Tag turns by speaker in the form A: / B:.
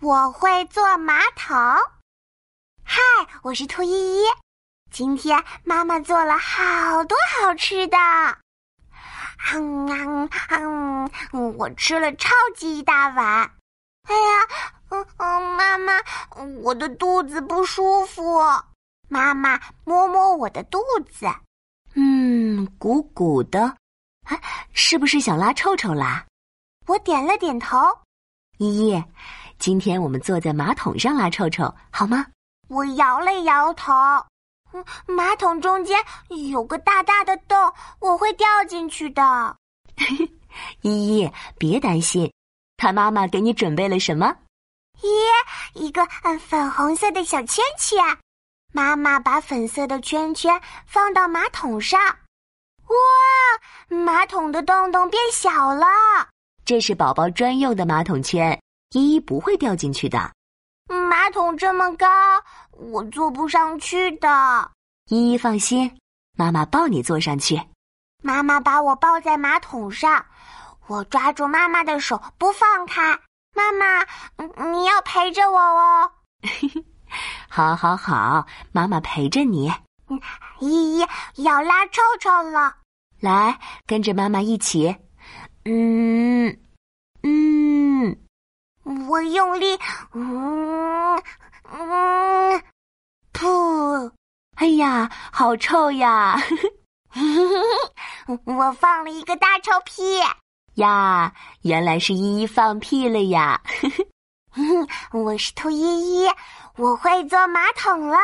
A: 我会坐马桶。嗨，我是兔依依。今天妈妈做了好多好吃的，嗯嗯嗯，我吃了超级一大碗。哎呀，嗯嗯，妈妈，我的肚子不舒服。妈妈摸摸我的肚子，
B: 嗯，鼓鼓的，
A: 哎
B: 啊，是不是想拉臭臭啦？
A: 我点了点头。
B: 依依，今天我们坐在马桶上拉臭臭好吗？
A: 我摇了摇头。嗯，马桶中间有个大大的洞，我会掉进去的。
B: 依依，别担心，他妈妈给你准备了什么？
A: 咦，一个嗯粉红色的小圈圈。妈妈把粉色的圈圈放到马桶上，哇，马桶的洞洞变小了。
B: 这是宝宝专用的马桶圈，依依不会掉进去的。
A: 嗯马桶这么高，我坐不上去的。
B: 依依放心，妈妈抱你坐上去。
A: 妈妈把我抱在马桶上，我抓住妈妈的手不放开。妈妈，嗯你要陪着我哦。
B: 好好好，妈妈陪着你。
A: 依依要拉臭臭了，
B: 来，跟着妈妈一起。嗯嗯，
A: 我用力，嗯嗯，噗！
B: 哎呀，好臭呀！
A: 我放了一个大臭屁
B: 呀！原来是依依放屁了 呀！
A: 我是兔依依，我会坐马桶了。